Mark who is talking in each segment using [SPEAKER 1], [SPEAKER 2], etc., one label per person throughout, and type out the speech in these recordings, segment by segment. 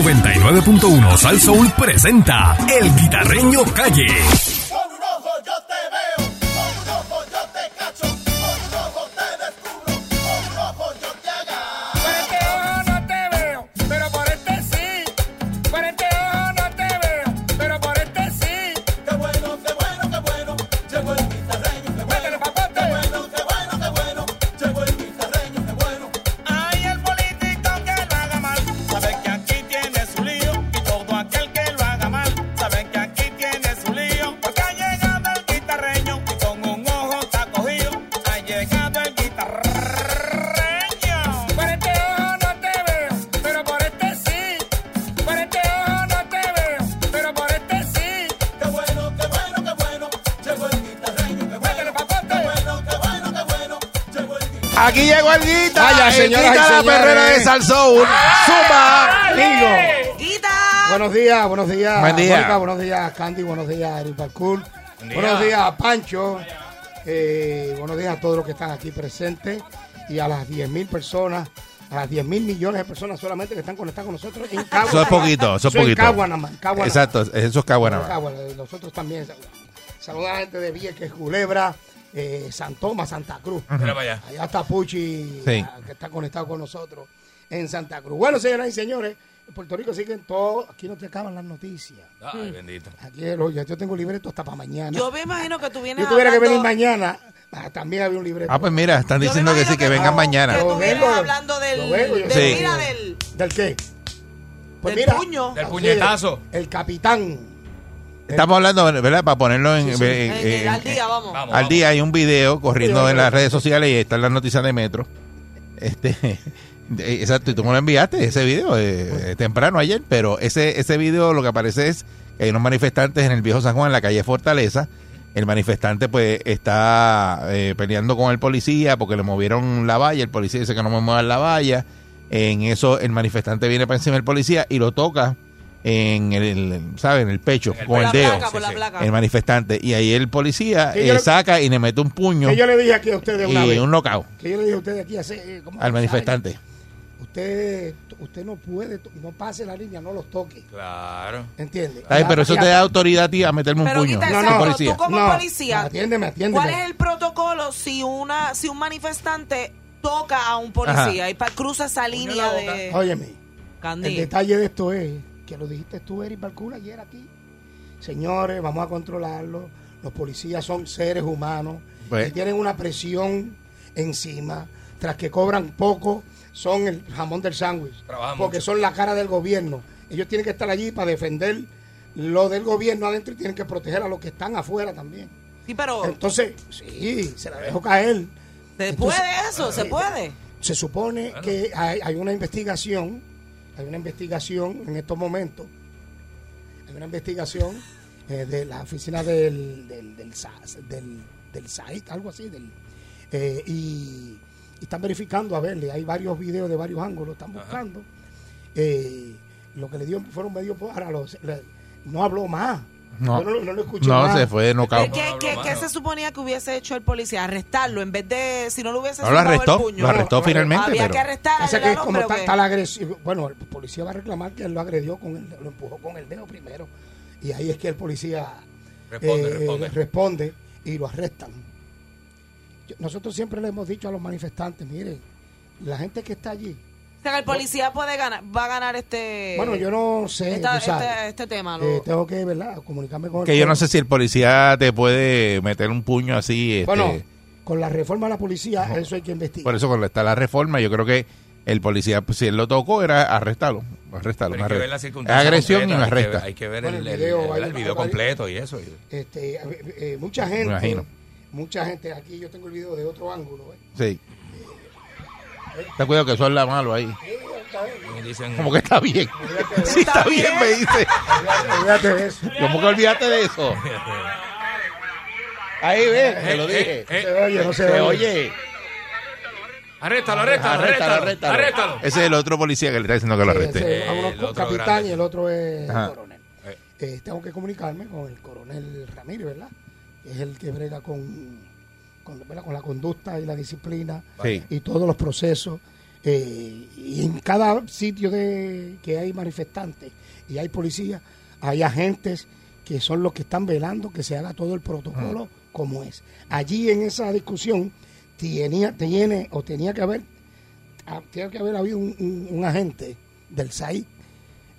[SPEAKER 1] 99.1 Sal Soul presenta El Guitarreño Calle.
[SPEAKER 2] Con un ojo yo te veo, con un ojo yo te cacho, con un ojo te descubro, con un ojo yo te agarro.
[SPEAKER 3] Por este ojo no te veo, pero por este sí. Por este ojo no te veo, pero por este sí.
[SPEAKER 2] Qué bueno, qué bueno, qué bueno, llegó el guitarreño, qué bueno,
[SPEAKER 3] Métele papote.
[SPEAKER 2] qué bueno, qué bueno, qué bueno, llegó el guitarreño, qué bueno.
[SPEAKER 3] Ay, el político que lo haga mal. Saben que aquí tiene su lío. Y todo aquel que lo haga mal. Saben que aquí tiene su lío. Porque ha llegado el guitarreño. Y con un ojo está cogido. Ha llegado el guitarreño. Por este ojo no te veo, pero por este sí. Por este ojo no te veo, pero por este sí.
[SPEAKER 2] Qué bueno, qué bueno, qué bueno, llegó el guitarreño, qué bueno,
[SPEAKER 3] Métele papote.
[SPEAKER 2] qué bueno, qué bueno, qué bueno, llegó el guitarreño.
[SPEAKER 4] Aquí llegó el guita,
[SPEAKER 5] Vaya,
[SPEAKER 4] el
[SPEAKER 5] señoras
[SPEAKER 4] guita
[SPEAKER 5] y
[SPEAKER 4] la
[SPEAKER 5] señores.
[SPEAKER 4] perrera de Salsoul. Zumba, Ligo.
[SPEAKER 6] Guita.
[SPEAKER 5] Buenos días, buenos días.
[SPEAKER 4] Buen día.
[SPEAKER 5] Mónica, buenos días, Candy. Buenos días, Eric Parkour. Buenos días, Pancho. Eh, buenos días a todos los que están aquí presentes y a las 10 mil personas, a las 10 mil millones de personas solamente que están conectadas con nosotros en Cagua.
[SPEAKER 4] Eso es poquito, eso es
[SPEAKER 5] en
[SPEAKER 4] poquito.
[SPEAKER 5] Cagua, nada más, en Cagua, nada
[SPEAKER 4] Exacto, eso es Caguana.
[SPEAKER 5] más. En Cagua, eh, Nosotros también. Saludar a la gente de Vieques, Culebra, eh, San Tomás, Santa Cruz. Allá está Puchi,
[SPEAKER 4] Sí.
[SPEAKER 5] ah, que está conectado con nosotros en Santa Cruz. Bueno, señoras y señores, en Puerto Rico siguen todos. Aquí no te acaban las noticias.
[SPEAKER 7] Ay, bendito.
[SPEAKER 5] Aquí el- yo, yo tengo libreto hasta para mañana.
[SPEAKER 6] Yo me imagino que tú vienes.
[SPEAKER 5] Yo tuviera que venir
[SPEAKER 6] hablando-
[SPEAKER 5] mañana, ah, también había un libreto.
[SPEAKER 4] Ah, pues mira, están
[SPEAKER 6] Yo me
[SPEAKER 4] diciendo que
[SPEAKER 6] imagino
[SPEAKER 4] sí, que Eh, vengan
[SPEAKER 6] tú-
[SPEAKER 4] mañana.
[SPEAKER 6] Que tú
[SPEAKER 5] Lo
[SPEAKER 6] vienes
[SPEAKER 5] vengo,
[SPEAKER 6] hablando del.
[SPEAKER 5] lo vengo, yo
[SPEAKER 6] del
[SPEAKER 4] sé.
[SPEAKER 6] Mira, del.
[SPEAKER 5] ¿Del qué?
[SPEAKER 6] Del puño.
[SPEAKER 7] Del
[SPEAKER 5] así
[SPEAKER 7] puñetazo.
[SPEAKER 5] es, El capitán.
[SPEAKER 4] Estamos hablando, ¿verdad? Para ponerlo en,
[SPEAKER 5] sí.
[SPEAKER 4] en-
[SPEAKER 6] en-
[SPEAKER 4] en-
[SPEAKER 6] al día, vamos.
[SPEAKER 7] Vamos.
[SPEAKER 4] al día hay un video corriendo
[SPEAKER 5] Sí,
[SPEAKER 4] en
[SPEAKER 5] yo-
[SPEAKER 4] las redes sociales y están las noticias de Metro. Este, de- exacto, y tú me lo enviaste ese video eh, eh, temprano ayer, pero ese ese video lo que aparece es que hay unos manifestantes en el viejo San Juan, en la calle Fortaleza. El manifestante pues está eh, peleando con el policía porque le movieron la valla, el policía dice que no me muevan la valla. En eso el manifestante viene para encima del policía y lo toca en el, el- ¿sabe? En el pecho,
[SPEAKER 7] En el
[SPEAKER 4] con
[SPEAKER 6] Por
[SPEAKER 4] el
[SPEAKER 6] la
[SPEAKER 4] dedo
[SPEAKER 6] placa, por la placa.
[SPEAKER 4] el manifestante. Y ahí el policía
[SPEAKER 5] Que yo
[SPEAKER 4] eh,
[SPEAKER 5] le-
[SPEAKER 4] saca y le mete un puño
[SPEAKER 5] Que yo le dije aquí a ustedes una
[SPEAKER 4] y
[SPEAKER 5] vez.
[SPEAKER 4] un knockout
[SPEAKER 5] Que yo le dije a ustedes aquí hace. eh, ¿cómo
[SPEAKER 4] al
[SPEAKER 5] sabe?
[SPEAKER 4] manifestante.
[SPEAKER 5] Usted, usted no puede, to- no pase la línea, no los toque.
[SPEAKER 7] Claro.
[SPEAKER 5] ¿Entiendes?
[SPEAKER 4] Ay, pero eso te da autoridad a ti a meterme un
[SPEAKER 6] Pero
[SPEAKER 4] puño.
[SPEAKER 5] No,
[SPEAKER 6] quita el
[SPEAKER 5] no,
[SPEAKER 4] al
[SPEAKER 6] saco,
[SPEAKER 4] policía.
[SPEAKER 6] tú como
[SPEAKER 5] No,
[SPEAKER 6] policía.
[SPEAKER 5] no, atiéndeme, atiéndeme.
[SPEAKER 6] ¿Cuál es el protocolo si una si un manifestante toca a un policía
[SPEAKER 4] Ajá.
[SPEAKER 6] y pa- cruza esa línea
[SPEAKER 7] la boca.
[SPEAKER 6] de
[SPEAKER 5] Óyeme, el
[SPEAKER 6] Candy?
[SPEAKER 5] detalle de esto es que lo dijiste tú, Eric Balcula, ayer aquí. Señores, vamos a controlarlo. Los policías son seres humanos
[SPEAKER 4] Pues-
[SPEAKER 5] y tienen una presión encima. Tras que cobran poco, son el jamón del sándwich.
[SPEAKER 7] Trabajan
[SPEAKER 5] Porque
[SPEAKER 7] mucho.
[SPEAKER 5] son la cara del gobierno. Ellos tienen que estar allí para defender lo del gobierno adentro y tienen que proteger a los que están afuera también.
[SPEAKER 6] Sí, pero
[SPEAKER 5] Entonces, sí, se la dejo caer.
[SPEAKER 6] se
[SPEAKER 5] Entonces,
[SPEAKER 6] puede eso, se
[SPEAKER 5] eh,
[SPEAKER 6] puede.
[SPEAKER 5] se supone que hay, hay una investigación, hay una investigación en estos momentos, hay una investigación eh, de la oficina del del, del, SAS del, del SAIT, algo así, del, eh, y, y están verificando, a verle, hay varios videos de varios ángulos, están buscando. Eh, lo que le dio fueron medio para los... le- no habló más.
[SPEAKER 4] No.
[SPEAKER 5] Yo no, lo- no lo escuché
[SPEAKER 4] No,
[SPEAKER 5] más.
[SPEAKER 4] se fue
[SPEAKER 6] ¿Qué,
[SPEAKER 4] knockout.
[SPEAKER 6] qué-
[SPEAKER 7] hablo,
[SPEAKER 6] qué-
[SPEAKER 7] mano.
[SPEAKER 6] qué se suponía que hubiese hecho el policía? Arrestarlo en vez de si no lo hubiese
[SPEAKER 4] No lo
[SPEAKER 6] zumbado el
[SPEAKER 4] arrestó,
[SPEAKER 6] puño.
[SPEAKER 4] lo arrestó
[SPEAKER 5] No,
[SPEAKER 4] finalmente,
[SPEAKER 6] Había
[SPEAKER 4] pero
[SPEAKER 6] que arrestar
[SPEAKER 5] Pasa
[SPEAKER 6] al
[SPEAKER 5] que
[SPEAKER 6] hombre,
[SPEAKER 5] como
[SPEAKER 6] ¿o
[SPEAKER 5] está,
[SPEAKER 6] qué?
[SPEAKER 5] está la agresión, bueno, el policía va a reclamar que él lo agredió con el, lo empujó con el dedo primero. Y ahí es que el policía
[SPEAKER 7] Responde,
[SPEAKER 5] eh,
[SPEAKER 7] responde.
[SPEAKER 5] responde y lo arrestan. Yo- Nosotros siempre le hemos dicho a los manifestantes, miren, la gente que está allí,
[SPEAKER 6] O sea, que el policía puede ganar, va a ganar este.
[SPEAKER 5] bueno, yo no sé,
[SPEAKER 6] esta-
[SPEAKER 5] tú sabes,
[SPEAKER 6] este, este tema. lo-
[SPEAKER 5] eh, tengo que, ¿verdad?, comunicarme con el
[SPEAKER 4] Que yo no
[SPEAKER 5] pueblo.
[SPEAKER 4] sé si el policía te puede meter un puño así. este,
[SPEAKER 5] Bueno, con la reforma a la policía, eso hay que investigar.
[SPEAKER 4] Por eso cuando está la reforma, yo creo que el policía, pues, si él lo tocó, era arrestarlo. Arrestarlo.
[SPEAKER 7] Pero hay que ver la
[SPEAKER 4] arre- Es
[SPEAKER 7] circunstancia
[SPEAKER 4] agresión y
[SPEAKER 7] completa,
[SPEAKER 4] una
[SPEAKER 7] hay que
[SPEAKER 4] arresta.
[SPEAKER 7] ver- Hay que ver
[SPEAKER 5] Bueno,
[SPEAKER 7] el,
[SPEAKER 5] el
[SPEAKER 7] el-
[SPEAKER 5] video,
[SPEAKER 7] el-
[SPEAKER 5] hay-
[SPEAKER 7] el video
[SPEAKER 5] hay-
[SPEAKER 7] completo y eso. y-
[SPEAKER 5] Este, eh, eh, mucha gente,
[SPEAKER 4] imagino.
[SPEAKER 5] mucha gente, aquí yo tengo el video de otro ángulo, ¿eh?
[SPEAKER 4] Sí. Te cuidado que suena malo ahí.
[SPEAKER 7] y dicen,
[SPEAKER 4] Como que está bien. Sí, está bien, me dice.
[SPEAKER 5] Olvídate de eso.
[SPEAKER 4] ¿Cómo que olvidaste de eso? Ahí ves, te lo
[SPEAKER 7] eh,
[SPEAKER 4] dije.
[SPEAKER 7] eh,
[SPEAKER 5] Se oye, no se,
[SPEAKER 4] Se
[SPEAKER 5] oye.
[SPEAKER 4] oye.
[SPEAKER 7] arréstalo, arréstalo,
[SPEAKER 4] Arréstalo,
[SPEAKER 7] arréstalo,
[SPEAKER 4] arréstalo.
[SPEAKER 7] arréstalo.
[SPEAKER 4] Ese es el otro policía que le está diciendo que lo
[SPEAKER 5] Sí,
[SPEAKER 4] arreste.
[SPEAKER 5] ese- a uno
[SPEAKER 7] Eh, El
[SPEAKER 5] es un
[SPEAKER 7] otro
[SPEAKER 5] capitán
[SPEAKER 7] grande.
[SPEAKER 5] y el otro es
[SPEAKER 4] Ajá.
[SPEAKER 5] coronel.
[SPEAKER 7] Eh.
[SPEAKER 5] Eh, tengo que comunicarme con el coronel Ramírez, ¿verdad? Que es el que brega con, con, ¿verdad? con la conducta y la disciplina
[SPEAKER 4] Sí.
[SPEAKER 5] y todos los procesos. eh, eh, y en cada sitio de, que hay manifestantes y hay policías, hay agentes que son los que están velando que se haga todo el protocolo como es. Allí en esa discusión tenía, tiene o tenía que haber ah, tiene que haber habido un, un- un agente del SAI,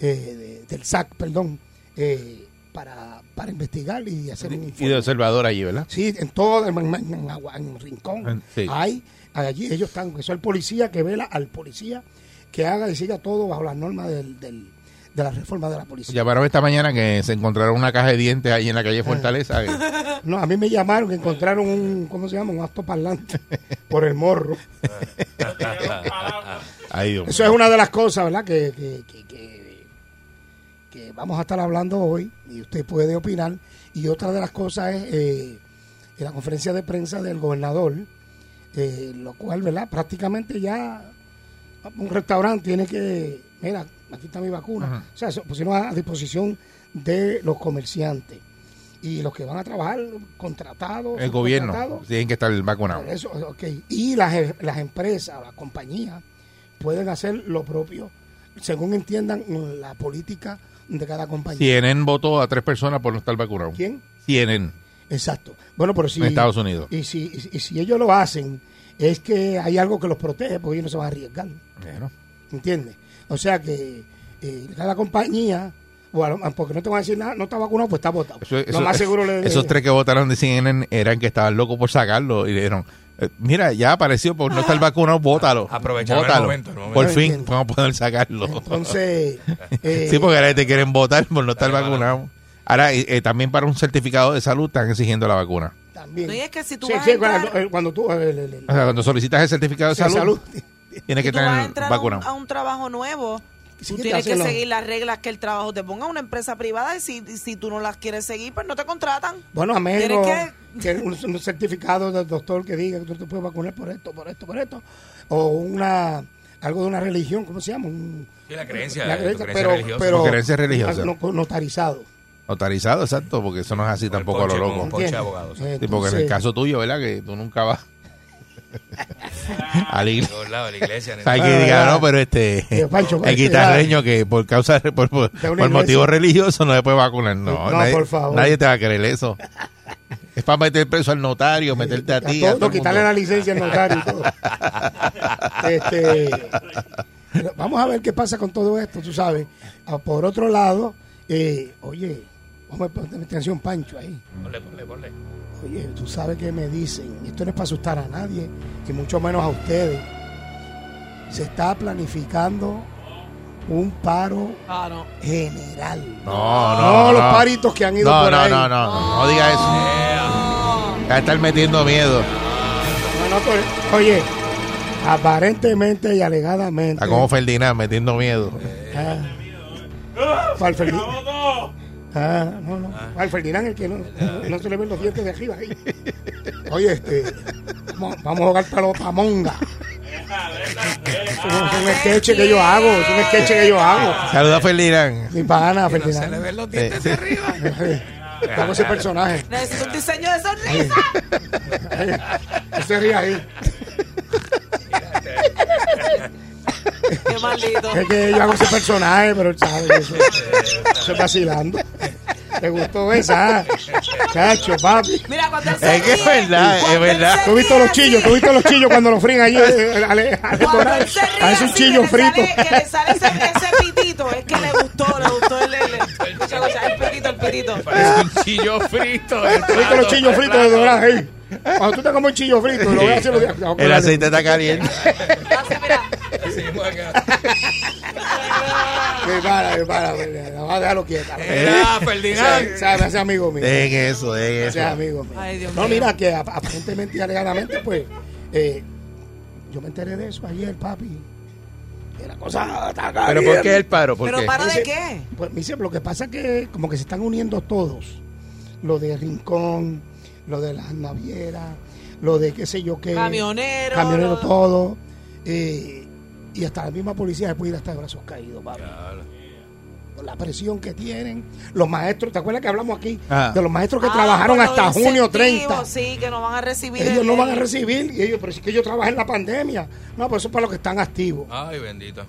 [SPEAKER 5] eh, de- del SAC, perdón, eh, para, para investigar y hacer un
[SPEAKER 4] Y de
[SPEAKER 5] informe.
[SPEAKER 4] observador allí, ¿verdad?
[SPEAKER 5] Sí, en todo, en, en, en Agua- en Rincón,
[SPEAKER 4] En- sí.
[SPEAKER 5] hay, allí ellos están, que son el policía que vela al policía que haga y siga todo bajo las normas del, del- de la reforma de la policía.
[SPEAKER 4] Llamaron esta mañana que se encontraron una caja de dientes ahí en la calle Fortaleza. eh.
[SPEAKER 5] No, a mí me llamaron que encontraron un, ¿cómo se llama? Un acto parlante por el morro.
[SPEAKER 4] Ahí, Dios mío.
[SPEAKER 5] Eso es una de las cosas, ¿verdad? Que, que, que- que- que vamos a estar hablando hoy y usted puede opinar. Y otra de las cosas es eh, en la conferencia de prensa del gobernador, eh, lo cual, ¿verdad? Prácticamente ya un restaurante tiene que, mira, aquí está mi vacuna. O sea, eso pusieron a disposición de los comerciantes y los que van a trabajar contratados.
[SPEAKER 4] El gobierno
[SPEAKER 5] subcontratados,
[SPEAKER 4] tienen que estar vacunados.
[SPEAKER 5] por eso, ok. Y las, e- las empresas, las compañías, pueden hacer lo propio, según entiendan la política de cada compañía.
[SPEAKER 4] Tienen voto a tres personas por no estar vacunados.
[SPEAKER 5] ¿Quién?
[SPEAKER 4] Tienen.
[SPEAKER 5] Exacto. Bueno, pero si.
[SPEAKER 4] En Estados Unidos.
[SPEAKER 5] Y si, y si- y si ellos lo hacen, es que hay algo que los protege, porque ellos no se van a arriesgar.
[SPEAKER 4] Bueno,
[SPEAKER 5] ¿Entiendes? O sea que eh, cada compañía. o a lo- ah, porque no te van a decir nada, no está vacunado, pues está votado.
[SPEAKER 4] eso-
[SPEAKER 5] lo
[SPEAKER 4] eso-
[SPEAKER 5] más seguro le-
[SPEAKER 4] Esos tres que votaron de CNN eran que estaban locos por sacarlo y le dijeron, eh, mira, ya apareció por no estar vacunado, bótalo.
[SPEAKER 7] Aprovecharon el
[SPEAKER 4] Bótalo.
[SPEAKER 7] momento, el momento.
[SPEAKER 4] Por
[SPEAKER 5] Yo
[SPEAKER 4] fin
[SPEAKER 5] entiendo.
[SPEAKER 4] vamos a poder sacarlo.
[SPEAKER 5] Entonces. eh,
[SPEAKER 4] sí, porque ahora te quieren votar por no estar vacunado. Ahora, eh, eh, también para un certificado de salud están exigiendo la vacuna.
[SPEAKER 5] eh, También.
[SPEAKER 6] No, y es que si tú
[SPEAKER 5] Sí,
[SPEAKER 6] vas a
[SPEAKER 5] sí,
[SPEAKER 6] entrar-
[SPEAKER 5] cuando, eh, cuando tú. eh, le- le-
[SPEAKER 4] O sea, cuando solicitas el certificado de
[SPEAKER 5] Sí, de
[SPEAKER 4] Ah, salud,
[SPEAKER 5] salud.
[SPEAKER 4] tienes que
[SPEAKER 6] tú vas a
[SPEAKER 4] tener
[SPEAKER 6] entrar a un,
[SPEAKER 4] vacunado.
[SPEAKER 6] a un trabajo nuevo,
[SPEAKER 5] Sí,
[SPEAKER 6] tú
[SPEAKER 5] que te
[SPEAKER 6] tienes que
[SPEAKER 5] hacen la-
[SPEAKER 6] seguir las reglas que el trabajo te ponga. Una empresa privada, y si, y si tú no las quieres seguir, pues no te contratan.
[SPEAKER 5] Bueno, a menos
[SPEAKER 6] Tienes
[SPEAKER 5] que un, un certificado del doctor que diga que tú te puedes vacunar por esto, por esto, por esto. O una algo de una religión, ¿cómo se llama? Un-
[SPEAKER 7] Sí, la creencia,
[SPEAKER 5] la
[SPEAKER 7] tu
[SPEAKER 5] creencia,
[SPEAKER 7] creencia
[SPEAKER 5] pero,
[SPEAKER 7] religiosa.
[SPEAKER 5] pero-
[SPEAKER 4] Tu creencia religiosa.
[SPEAKER 5] no- notarizado.
[SPEAKER 4] Notarizado, exacto, porque eso no es así
[SPEAKER 7] Con el
[SPEAKER 4] tampoco a lo
[SPEAKER 7] ponche,
[SPEAKER 4] loco.
[SPEAKER 7] con- Ponche
[SPEAKER 5] ¿entiendes? Eh,
[SPEAKER 7] abogado, sí.
[SPEAKER 4] Sí, porque en el
[SPEAKER 5] Entonces,
[SPEAKER 4] caso tuyo, ¿verdad? Que tú nunca vas a la iglesia.
[SPEAKER 7] Por lado de la iglesia.
[SPEAKER 4] O sea, hay que
[SPEAKER 5] Ah,
[SPEAKER 4] diga,
[SPEAKER 5] ¿verdad?
[SPEAKER 4] no, pero este.
[SPEAKER 5] Eh, Pancho,
[SPEAKER 4] el
[SPEAKER 5] este,
[SPEAKER 4] guitarreño que por causa. Por, por,
[SPEAKER 5] De una
[SPEAKER 4] por motivos
[SPEAKER 5] iglesia.
[SPEAKER 4] religiosos no se puede vacunar. No,
[SPEAKER 5] No,
[SPEAKER 4] nadie,
[SPEAKER 5] por favor.
[SPEAKER 4] nadie te va a creer eso. Es para meter preso al notario, meterte a ti.
[SPEAKER 5] todo-
[SPEAKER 4] a todo
[SPEAKER 5] no,
[SPEAKER 4] el
[SPEAKER 5] Eh, quitarle la
[SPEAKER 4] mundo.
[SPEAKER 5] licencia al notario y todo. Este, pero vamos a ver qué pasa con todo esto, tú sabes. Ah, Por otro lado, eh, oye, vamos a poner atención, Pancho, ahí.
[SPEAKER 7] Ponle, ponle, ponle.
[SPEAKER 5] Oye, tú sabes que me dicen, y esto no es para asustar a nadie, y mucho menos a ustedes. Se está planificando un paro
[SPEAKER 6] Claro.
[SPEAKER 5] general.
[SPEAKER 4] No, no.
[SPEAKER 5] No, los paritos que han ido
[SPEAKER 4] no,
[SPEAKER 5] por
[SPEAKER 4] no,
[SPEAKER 5] ahí.
[SPEAKER 4] No, no, no, no, diga eso. Va a estar metiendo miedo.
[SPEAKER 5] No, no, pero- pues, oye, aparentemente y alegadamente.
[SPEAKER 4] Está como Ferdinand metiendo miedo.
[SPEAKER 5] Ah. ¿Cuál Ferdinand? Ah, no, no. ¿Cuál Ferdinand? El que no, no, no se le ven los dientes de arriba ahí. Oye, este, vamos, vamos a jugar palotamonga. Es un sketch que yo hago, es un sketch que yo hago.
[SPEAKER 4] Saluda a Ferdinand. Eh,
[SPEAKER 5] Mi pana,
[SPEAKER 7] Se le
[SPEAKER 5] Ferdinand.
[SPEAKER 7] ven los dientes
[SPEAKER 4] Sí.
[SPEAKER 7] de arriba.
[SPEAKER 5] Hago ese personaje.
[SPEAKER 6] Necesito un diseño de sonrisa.
[SPEAKER 5] No se ría ahí.
[SPEAKER 6] Qué maldito.
[SPEAKER 5] Es que yo hago ese personaje, pero él sabe que eso. Estoy vacilando. ¿Te gustó esa? ah? Cacho, papi.
[SPEAKER 6] Mira, cuando él se
[SPEAKER 4] Es que es
[SPEAKER 6] ríe,
[SPEAKER 4] verdad, es
[SPEAKER 6] cuando él
[SPEAKER 4] verdad.
[SPEAKER 6] se
[SPEAKER 5] ¿Tú viste
[SPEAKER 6] ríe
[SPEAKER 5] los chillos?
[SPEAKER 6] así,
[SPEAKER 5] ¿Tú viste los chillos cuando los fríen ahí? eh, eh, Ale- Ale
[SPEAKER 6] Cuando
[SPEAKER 5] Doral?
[SPEAKER 6] él se ríe
[SPEAKER 5] Hace un
[SPEAKER 6] así,
[SPEAKER 5] chillo
[SPEAKER 6] que
[SPEAKER 5] frito.
[SPEAKER 6] Le sale, que le sale ese, ese pitito. Es que le gustó, le gustó el, el, el- escucha, escucha, el pitito, el pitito.
[SPEAKER 7] Parece un chillo frito.
[SPEAKER 5] ¿Tú viste los chillos fritos de Doral ahí? Cuando tú te comes un chillo frito, lo voy a hacer los días. Ah, ok,
[SPEAKER 4] El
[SPEAKER 5] dale.
[SPEAKER 4] aceite está caliente.
[SPEAKER 6] Hace, mira,
[SPEAKER 5] Me para, me para, me para. No, va a dejarlo quieta.
[SPEAKER 7] Era Ferdinand.
[SPEAKER 5] O sea, me hace amigo mío.
[SPEAKER 4] Dejen eso, dejen
[SPEAKER 5] O
[SPEAKER 4] eso.
[SPEAKER 5] sea, amigo mío.
[SPEAKER 6] Ay, Dios
[SPEAKER 5] no,
[SPEAKER 6] mío.
[SPEAKER 5] mira, que ap- aparentemente y alegadamente, pues, eh, yo me enteré de eso ayer, papi. Que la cosa está
[SPEAKER 4] ¿Pero por qué el paro? ¿Por
[SPEAKER 6] ¿Pero
[SPEAKER 4] qué?
[SPEAKER 6] para de
[SPEAKER 5] Dice-
[SPEAKER 6] qué?
[SPEAKER 5] Pues, me dice, lo que pasa es que como que se están uniendo todos. Lo de Rincón, lo de las navieras, lo de qué sé yo qué. eh,
[SPEAKER 6] Camionero. ah,
[SPEAKER 5] Camionero
[SPEAKER 6] lo-
[SPEAKER 5] todo. eh, y hasta la misma policía se puede ir hasta de brazos caídos, papi. con la presión que tienen. Los maestros, ¿te acuerdas que hablamos aquí
[SPEAKER 4] Ajá.
[SPEAKER 5] de los maestros que
[SPEAKER 6] Ah,
[SPEAKER 5] trabajaron
[SPEAKER 6] con los
[SPEAKER 5] hasta junio
[SPEAKER 6] incentivos,
[SPEAKER 5] 30?
[SPEAKER 6] Sí, que no van a recibir.
[SPEAKER 5] Ellos
[SPEAKER 6] el-
[SPEAKER 5] no van a recibir, y ellos, pero es que ellos trabajan en la pandemia. No, pues eso es para los que están activos.
[SPEAKER 7] Ay, bendito.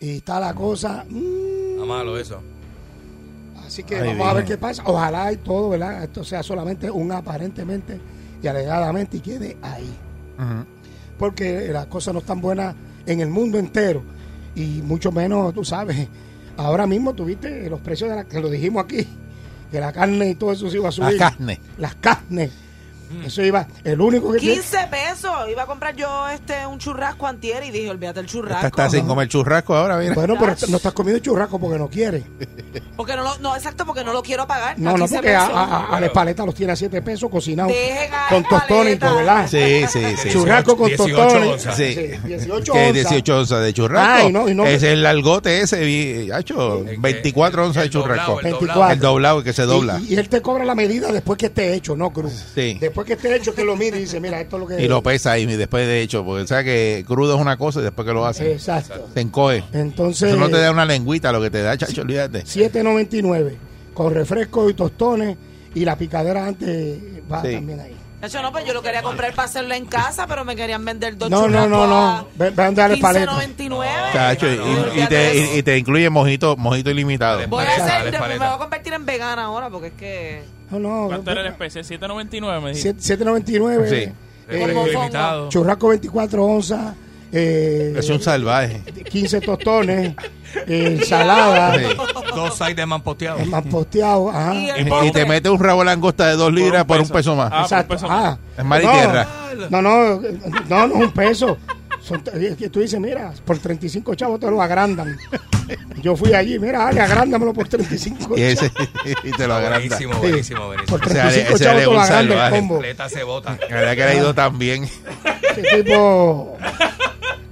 [SPEAKER 5] Y está la cosa. mm,
[SPEAKER 7] Está malo eso.
[SPEAKER 5] Así que
[SPEAKER 4] Ay,
[SPEAKER 5] vamos a
[SPEAKER 4] Virgen.
[SPEAKER 5] ver qué pasa. Ojalá y todo, ¿verdad? Esto sea solamente un aparentemente y alegadamente y quede ahí.
[SPEAKER 4] Ujú.
[SPEAKER 5] Porque las cosas no están buenas en el mundo entero. Y mucho menos, tú sabes, ahora mismo tuviste los precios de la que lo dijimos aquí, que la carne y todo eso se iba a subir.
[SPEAKER 4] carne.
[SPEAKER 5] Las carnes. Eso iba, el único que... tiene-
[SPEAKER 6] 15 pesos. Iba a comprar yo este un churrasco antier y dije, olvídate el
[SPEAKER 4] Esta
[SPEAKER 6] churrasco.
[SPEAKER 4] está sin comer churrasco ahora, mira.
[SPEAKER 5] Bueno, pero no estás comiendo churrasco porque no quieres.
[SPEAKER 6] Porque no, lo- no, exacto, porque no lo quiero pagar.
[SPEAKER 5] No,
[SPEAKER 6] a
[SPEAKER 5] no,
[SPEAKER 6] 15
[SPEAKER 5] porque ah, a,
[SPEAKER 6] pesos.
[SPEAKER 5] a- a- a la espaleta los tiene a 7 pesos cocinados
[SPEAKER 6] Dejen a
[SPEAKER 5] con tostones,
[SPEAKER 6] Paleta.
[SPEAKER 5] ¿verdad?
[SPEAKER 4] Sí, sí, sí.
[SPEAKER 5] Churrasco con
[SPEAKER 7] 18
[SPEAKER 5] tostones.
[SPEAKER 7] onzas.
[SPEAKER 4] Sí.
[SPEAKER 5] Sí, 18
[SPEAKER 4] Que
[SPEAKER 5] onzas.
[SPEAKER 4] 18 onzas de churrasco.
[SPEAKER 5] Ay, no, y no-
[SPEAKER 4] es el largote ese, vi- hacho,
[SPEAKER 7] El que-
[SPEAKER 4] 24 onzas
[SPEAKER 7] el
[SPEAKER 4] de churrasco.
[SPEAKER 7] doblado,
[SPEAKER 4] El,
[SPEAKER 7] el doblado.
[SPEAKER 5] 24.
[SPEAKER 4] doblado que se dobla.
[SPEAKER 5] Y, y él te cobra la medida después que esté hecho, ¿no, Cruz?
[SPEAKER 4] Sí.
[SPEAKER 5] Después que esté hecho, que lo mide y dice, mira, esto es lo que...
[SPEAKER 4] Y lo pesa ahí después de hecho, porque sabes que crudo es una cosa y después que lo hace,
[SPEAKER 5] Exacto.
[SPEAKER 4] te encoge.
[SPEAKER 5] Entonces,
[SPEAKER 4] Eso no te da una lengüita lo que te da, chacho, olvídate.
[SPEAKER 5] 7.99 con refresco y tostones y la picadera antes va
[SPEAKER 4] Sí.
[SPEAKER 5] también ahí.
[SPEAKER 6] De hecho, no, pues yo lo quería comprar para hacerlo en casa, pero me querían vender dos
[SPEAKER 5] No, no,
[SPEAKER 6] churrascos
[SPEAKER 5] no,
[SPEAKER 6] a
[SPEAKER 5] no. Ve- Vean darle paleta.
[SPEAKER 6] 15.99.
[SPEAKER 4] Chacho, y, y- y te, y- y te incluye mojito, mojito ilimitado.
[SPEAKER 6] Voy a
[SPEAKER 7] Paleta,
[SPEAKER 6] hacer,
[SPEAKER 7] dale
[SPEAKER 6] me
[SPEAKER 7] paleta.
[SPEAKER 6] voy a convertir en vegana ahora porque es que
[SPEAKER 5] No, no.
[SPEAKER 8] ¿Cuánto era el
[SPEAKER 5] ve-
[SPEAKER 8] especie? 7.99 me dijiste.
[SPEAKER 5] 7.99.
[SPEAKER 4] Sí.
[SPEAKER 5] eh,
[SPEAKER 6] Como-
[SPEAKER 7] limitado.
[SPEAKER 5] churrasco 24 onzas. Eh,
[SPEAKER 4] Es un salvaje.
[SPEAKER 5] 15 tostones. eh, ensalada.
[SPEAKER 4] Sí.
[SPEAKER 7] pues. Dos sides de manposteado.
[SPEAKER 5] Más posteado. Ajá.
[SPEAKER 6] Y el-
[SPEAKER 4] Y,
[SPEAKER 8] por
[SPEAKER 4] y
[SPEAKER 8] un-
[SPEAKER 4] te mete un rabo de langosta de dos libras por un peso más.
[SPEAKER 8] Ah,
[SPEAKER 5] Exacto.
[SPEAKER 8] por un peso.
[SPEAKER 5] Ah,
[SPEAKER 4] Es mar y
[SPEAKER 5] no,
[SPEAKER 4] tierra.
[SPEAKER 5] No, no, no, no es un peso. Son, es que tú dices, mira, por 35 chavos te lo agrandan. Yo fui allí, mira, dale, agrándamelo por 35
[SPEAKER 4] Y, ese,
[SPEAKER 5] chavos.
[SPEAKER 4] y te lo agranda.
[SPEAKER 7] Buenísimo, buenísimo, buenísimo.
[SPEAKER 5] Por
[SPEAKER 4] Ese ale-
[SPEAKER 5] 35
[SPEAKER 4] ese
[SPEAKER 5] chavos
[SPEAKER 4] ale
[SPEAKER 5] te lo
[SPEAKER 4] un
[SPEAKER 5] agranda el
[SPEAKER 4] salvaje.
[SPEAKER 5] combo.
[SPEAKER 7] Completa se bota.
[SPEAKER 4] La verdad que le ha ido tan bien.
[SPEAKER 5] Ese tipo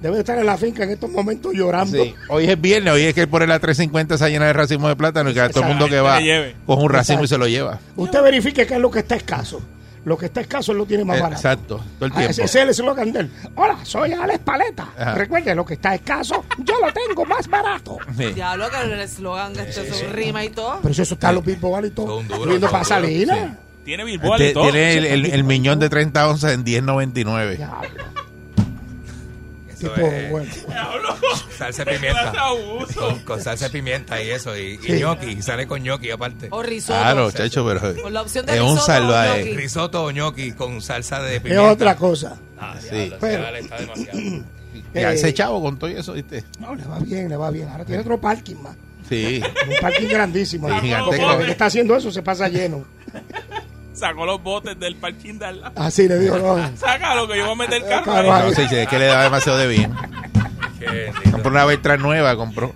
[SPEAKER 5] debe estar en la finca en estos momentos llorando.
[SPEAKER 4] Sí. Hoy es viernes, hoy es que él pone la 350 esa llena de racimo de plátano y que a todo el mundo que va
[SPEAKER 8] Que lleve.
[SPEAKER 4] coge un racimo y se lo lleva.
[SPEAKER 5] Usted verifique qué es lo que está escaso. Lo que está escaso él lo tiene más
[SPEAKER 4] Eh,
[SPEAKER 5] barato.
[SPEAKER 4] Exacto, todo el
[SPEAKER 5] Ah,
[SPEAKER 4] tiempo.
[SPEAKER 5] Ese ese es el eslogan de él. Hola, soy Alex Paleta.
[SPEAKER 4] Ajá.
[SPEAKER 5] Recuerde, lo que está escaso, yo lo tengo más barato.
[SPEAKER 4] Sí.
[SPEAKER 6] diablo que el eslogan que esto se rima y todo.
[SPEAKER 5] Pero si eso está en los billboards y todo.
[SPEAKER 7] Son duros,
[SPEAKER 5] Viendo
[SPEAKER 7] son
[SPEAKER 5] para
[SPEAKER 7] duros,
[SPEAKER 5] Salinas.
[SPEAKER 7] sí.
[SPEAKER 8] Tiene Bilboa
[SPEAKER 4] Te-
[SPEAKER 8] y todo.
[SPEAKER 4] Este Tiene el, el- el miñón de 30 onzas en 10.99.
[SPEAKER 5] Diablo,
[SPEAKER 7] Eso
[SPEAKER 5] tipo,
[SPEAKER 7] es
[SPEAKER 5] bueno.
[SPEAKER 7] salsa de
[SPEAKER 8] Clase
[SPEAKER 7] pimienta.
[SPEAKER 8] abuso.
[SPEAKER 7] Con, con salsa de pimienta y eso. Y, y
[SPEAKER 5] Sí.
[SPEAKER 7] ñoqui. y Sale con ñoqui aparte.
[SPEAKER 6] O risotto.
[SPEAKER 4] Claro, chacho, pero
[SPEAKER 6] Con la opción de
[SPEAKER 4] es un
[SPEAKER 6] risotto o
[SPEAKER 4] salvaje.
[SPEAKER 6] gnocchi.
[SPEAKER 7] Risotto o ñoqui con salsa de
[SPEAKER 5] Es
[SPEAKER 7] pimienta.
[SPEAKER 5] otra cosa.
[SPEAKER 7] Ah,
[SPEAKER 4] Sí.
[SPEAKER 7] diablo, ese
[SPEAKER 5] Pero-
[SPEAKER 7] vale, está demasiado.
[SPEAKER 4] Y a ese
[SPEAKER 5] Eh,
[SPEAKER 4] chavo con todo eso, ¿viste?
[SPEAKER 5] No, le va bien, le va bien. Ahora tiene otro parking más.
[SPEAKER 4] Sí.
[SPEAKER 5] Un parking grandísimo.
[SPEAKER 4] Sí,
[SPEAKER 5] ahí.
[SPEAKER 4] gigantesco.
[SPEAKER 5] Porque el que está haciendo eso se pasa lleno.
[SPEAKER 8] Sacó los botes del parking de al lado.
[SPEAKER 5] Así le digo, no.
[SPEAKER 8] Sácalo que yo voy a meter el carro.
[SPEAKER 5] Claro,
[SPEAKER 8] ahí.
[SPEAKER 5] ahí.
[SPEAKER 4] No, sí, sí, es que le da demasiado de bien.
[SPEAKER 7] Qué bendito.
[SPEAKER 4] Compró una Vectra nueva, compró.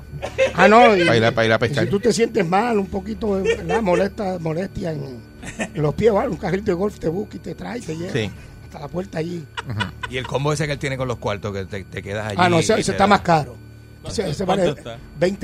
[SPEAKER 5] Ah, no. y-
[SPEAKER 4] Para ir a- para ir a
[SPEAKER 5] y
[SPEAKER 4] pescar.
[SPEAKER 5] Si tú te sientes mal, un poquito, eh, ¿verdad? Molesta, molestia en, en los pies, ¿vale? Un carrito de golf te busca y te trae, y te lleva.
[SPEAKER 4] Sí.
[SPEAKER 5] Hasta la puerta allí.
[SPEAKER 7] Y el combo ese que él tiene con los cuartos que te, te quedas allí.
[SPEAKER 5] ah, no,
[SPEAKER 7] y
[SPEAKER 5] ese,
[SPEAKER 7] te
[SPEAKER 5] ese
[SPEAKER 7] da-
[SPEAKER 5] está más caro. Ese, ese vale
[SPEAKER 8] ¿Cuánto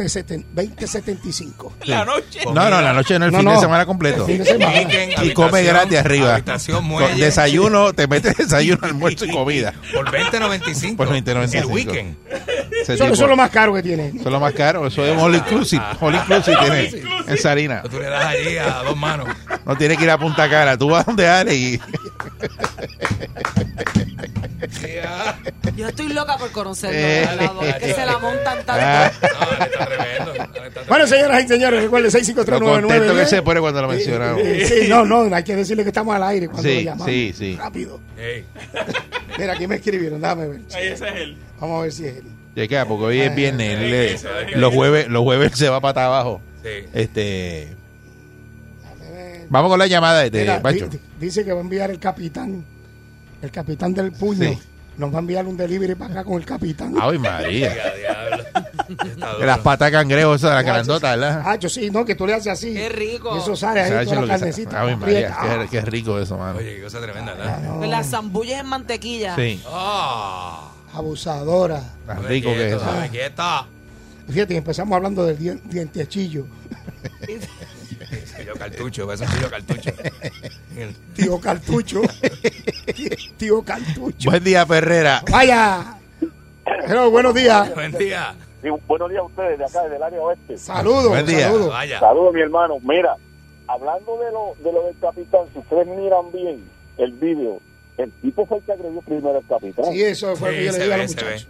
[SPEAKER 8] está?
[SPEAKER 5] 20.70 20.75.
[SPEAKER 8] La noche.
[SPEAKER 4] No, no, la noche no, el
[SPEAKER 5] No,
[SPEAKER 4] fin de
[SPEAKER 5] no.
[SPEAKER 4] semana completo.
[SPEAKER 5] Fin de semana.
[SPEAKER 7] Weekend,
[SPEAKER 4] Y come
[SPEAKER 7] habitación,
[SPEAKER 4] gratis arriba.
[SPEAKER 7] Habitación,
[SPEAKER 4] Con
[SPEAKER 7] muelle.
[SPEAKER 4] desayuno, te metes desayuno, almuerzo y comida.
[SPEAKER 7] Por 20.95.
[SPEAKER 4] Por 20.95.
[SPEAKER 7] El weekend.
[SPEAKER 4] Ese
[SPEAKER 5] Eso,
[SPEAKER 4] tipo-
[SPEAKER 5] eso es lo más caro que tiene.
[SPEAKER 4] eso es lo más caro. Eso es all inclusive. All inclusive tiene en Sarina.
[SPEAKER 7] Tú le das allí a dos manos.
[SPEAKER 4] No tienes que ir a Punta Cara. Tú vas donde Ale y
[SPEAKER 6] Yo estoy loca por conocerlo.
[SPEAKER 4] Eh.
[SPEAKER 6] de verdad, porque es que se la montan tanto.
[SPEAKER 4] Ah.
[SPEAKER 7] No, Ale está tremendo. Ale está tremendo.
[SPEAKER 5] Bueno, señoras y señores, recuerden 6539910.
[SPEAKER 4] lo contento que se pone cuando lo mencionamos.
[SPEAKER 5] Eh, eh, sí, no, no, hay que decirle que estamos al aire cuando
[SPEAKER 4] Sí,
[SPEAKER 5] lo llamamos.
[SPEAKER 4] sí, sí.
[SPEAKER 5] Rápido.
[SPEAKER 7] Ey,
[SPEAKER 5] Mira, aquí me escribieron, déjame ver.
[SPEAKER 8] Ahí ese es él.
[SPEAKER 5] Vamos a ver si es él.
[SPEAKER 4] Chequea, porque hoy
[SPEAKER 5] Ah,
[SPEAKER 4] es viernes. él le-
[SPEAKER 8] sí, sí.
[SPEAKER 4] los jueves, los jueves se va para abajo.
[SPEAKER 7] sí.
[SPEAKER 4] Este,
[SPEAKER 5] Déjame ver.
[SPEAKER 4] vamos con la llamada de
[SPEAKER 5] Mira,
[SPEAKER 4] Pacho.
[SPEAKER 5] di- dice que va a enviar el capitán, el capitán del puño.
[SPEAKER 4] Sí. Ah,
[SPEAKER 5] Nos va a enviar un delivery para acá con el capitán.
[SPEAKER 4] Ay María.
[SPEAKER 7] Ya, diablo. Está duro.
[SPEAKER 4] Las patas cangrejo esas, las grandotas, ¿verdad?
[SPEAKER 5] Ah, yo sí, no, que tú le haces así.
[SPEAKER 6] Qué rico.
[SPEAKER 5] Y eso sale
[SPEAKER 4] Se ha
[SPEAKER 5] ahí
[SPEAKER 4] hecho
[SPEAKER 5] toda
[SPEAKER 4] lo
[SPEAKER 5] la
[SPEAKER 4] que se-
[SPEAKER 5] carnecita.
[SPEAKER 4] Ave
[SPEAKER 5] aprieta.
[SPEAKER 4] María, qué, qué rico eso, mano.
[SPEAKER 7] Oye, qué cosa tremenda, ¿verdad?
[SPEAKER 5] Ah,
[SPEAKER 6] Pues las zambullas en mantequilla.
[SPEAKER 4] Sí,
[SPEAKER 7] Ah,
[SPEAKER 5] Abusadora.
[SPEAKER 4] tan rico que es
[SPEAKER 7] quieto,
[SPEAKER 4] eso.
[SPEAKER 7] dame quieta.
[SPEAKER 5] Fíjate, empezamos hablando del dien- dientechillo.
[SPEAKER 7] Yo cartucho, pues, eso soy yo cartucho.
[SPEAKER 5] Tío Cartucho. Tío Cartucho.
[SPEAKER 4] Buen día, Ferrera.
[SPEAKER 5] Vaya. Hello, buenos días.
[SPEAKER 7] Buen día.
[SPEAKER 9] Sí, buenos días a ustedes de acá, desde el área oeste.
[SPEAKER 5] Saludos,
[SPEAKER 4] Buen día.
[SPEAKER 5] saludos.
[SPEAKER 7] Vaya.
[SPEAKER 9] Saludos, mi hermano. Mira, hablando de lo, de lo del capitán, si ustedes miran bien el vídeo, el tipo fue el que agredió primero al capitán.
[SPEAKER 5] Sí, eso fue lo que
[SPEAKER 7] Sí,
[SPEAKER 5] yo le
[SPEAKER 7] se
[SPEAKER 5] dije a
[SPEAKER 7] ve,
[SPEAKER 5] los
[SPEAKER 7] se ve.
[SPEAKER 5] muchachos.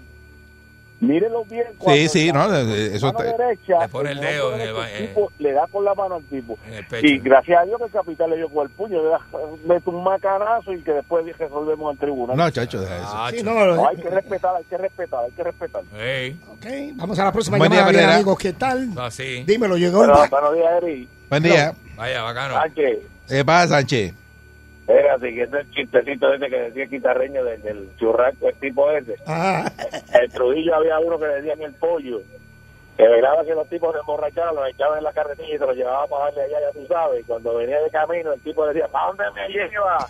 [SPEAKER 9] Mírenlo bien. cuando
[SPEAKER 4] sí,
[SPEAKER 9] la-
[SPEAKER 4] no,
[SPEAKER 9] la
[SPEAKER 4] eh, eso
[SPEAKER 9] mano
[SPEAKER 4] está-
[SPEAKER 9] derecha,
[SPEAKER 7] Le pone el dedo en el ba- eh.
[SPEAKER 9] el este tipo Le da con la mano al tipo.
[SPEAKER 7] En el pecho.
[SPEAKER 9] Y gracias a Dios que el capitán le dio con el puño, le da- mete un macanazo y que después resolvemos al tribunal.
[SPEAKER 4] No, chacho, deja eso.
[SPEAKER 7] Ah,
[SPEAKER 5] Sí,
[SPEAKER 7] chu-
[SPEAKER 5] no,
[SPEAKER 9] No,
[SPEAKER 5] no,
[SPEAKER 9] hay que respetar, hay que respetar, hay que respetar.
[SPEAKER 7] Ey.
[SPEAKER 5] ok, vamos a la próxima
[SPEAKER 4] Buen día,
[SPEAKER 5] llamada. bien,
[SPEAKER 4] Pereira.
[SPEAKER 5] amigos, ¿qué tal?
[SPEAKER 7] No, sí.
[SPEAKER 5] Dímelo, llegó el
[SPEAKER 9] Pero,
[SPEAKER 5] pack.
[SPEAKER 9] buenos días, Eri.
[SPEAKER 4] Buen día.
[SPEAKER 7] Vaya, bacano.
[SPEAKER 9] Sánchez,
[SPEAKER 4] ¿Qué pasa, Sánchez?
[SPEAKER 9] espérate, que ese chistecito ese que decía Quitarreño del, del churrasco, el tipo ese.
[SPEAKER 5] Ah,
[SPEAKER 9] El Trujillo había uno que le decían el pollo, que velaba que los tipos se emborracharan, los echaban en la carretilla y se los llevaba para darle allá, ya tú sabes. Y cuando venía de camino, el tipo le decía, ¿para dónde me lleva?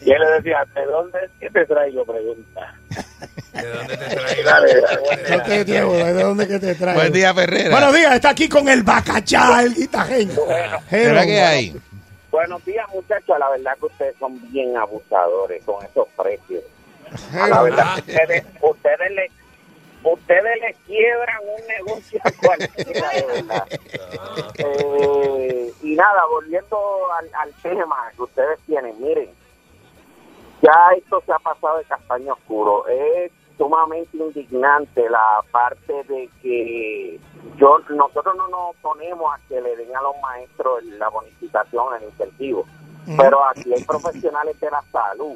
[SPEAKER 9] Y él le decía, ¿de dónde es que te traigo? Pregunta.
[SPEAKER 7] ¿De dónde te traigo?
[SPEAKER 9] Dale, dale.
[SPEAKER 5] no te llevo, ¿de dónde que te trae?
[SPEAKER 4] Buen día, Ferrera.
[SPEAKER 5] Buenos días, está aquí con el bacachá, el guitajeño.
[SPEAKER 4] ¿Verdad que hay?
[SPEAKER 9] Buenos días, muchachos. La verdad que ustedes son bien abusadores con esos precios. A la verdad, ustedes, ustedes le ustedes le quiebran un negocio a cualquiera, de verdad. Eh, y nada, volviendo al, al tema que ustedes tienen, miren, ya esto se ha pasado de castaño oscuro. Es sumamente indignante la parte de que yo nosotros no nos oponemos a que le den a los maestros la bonificación, el incentivo, pero aquí hay profesionales de la salud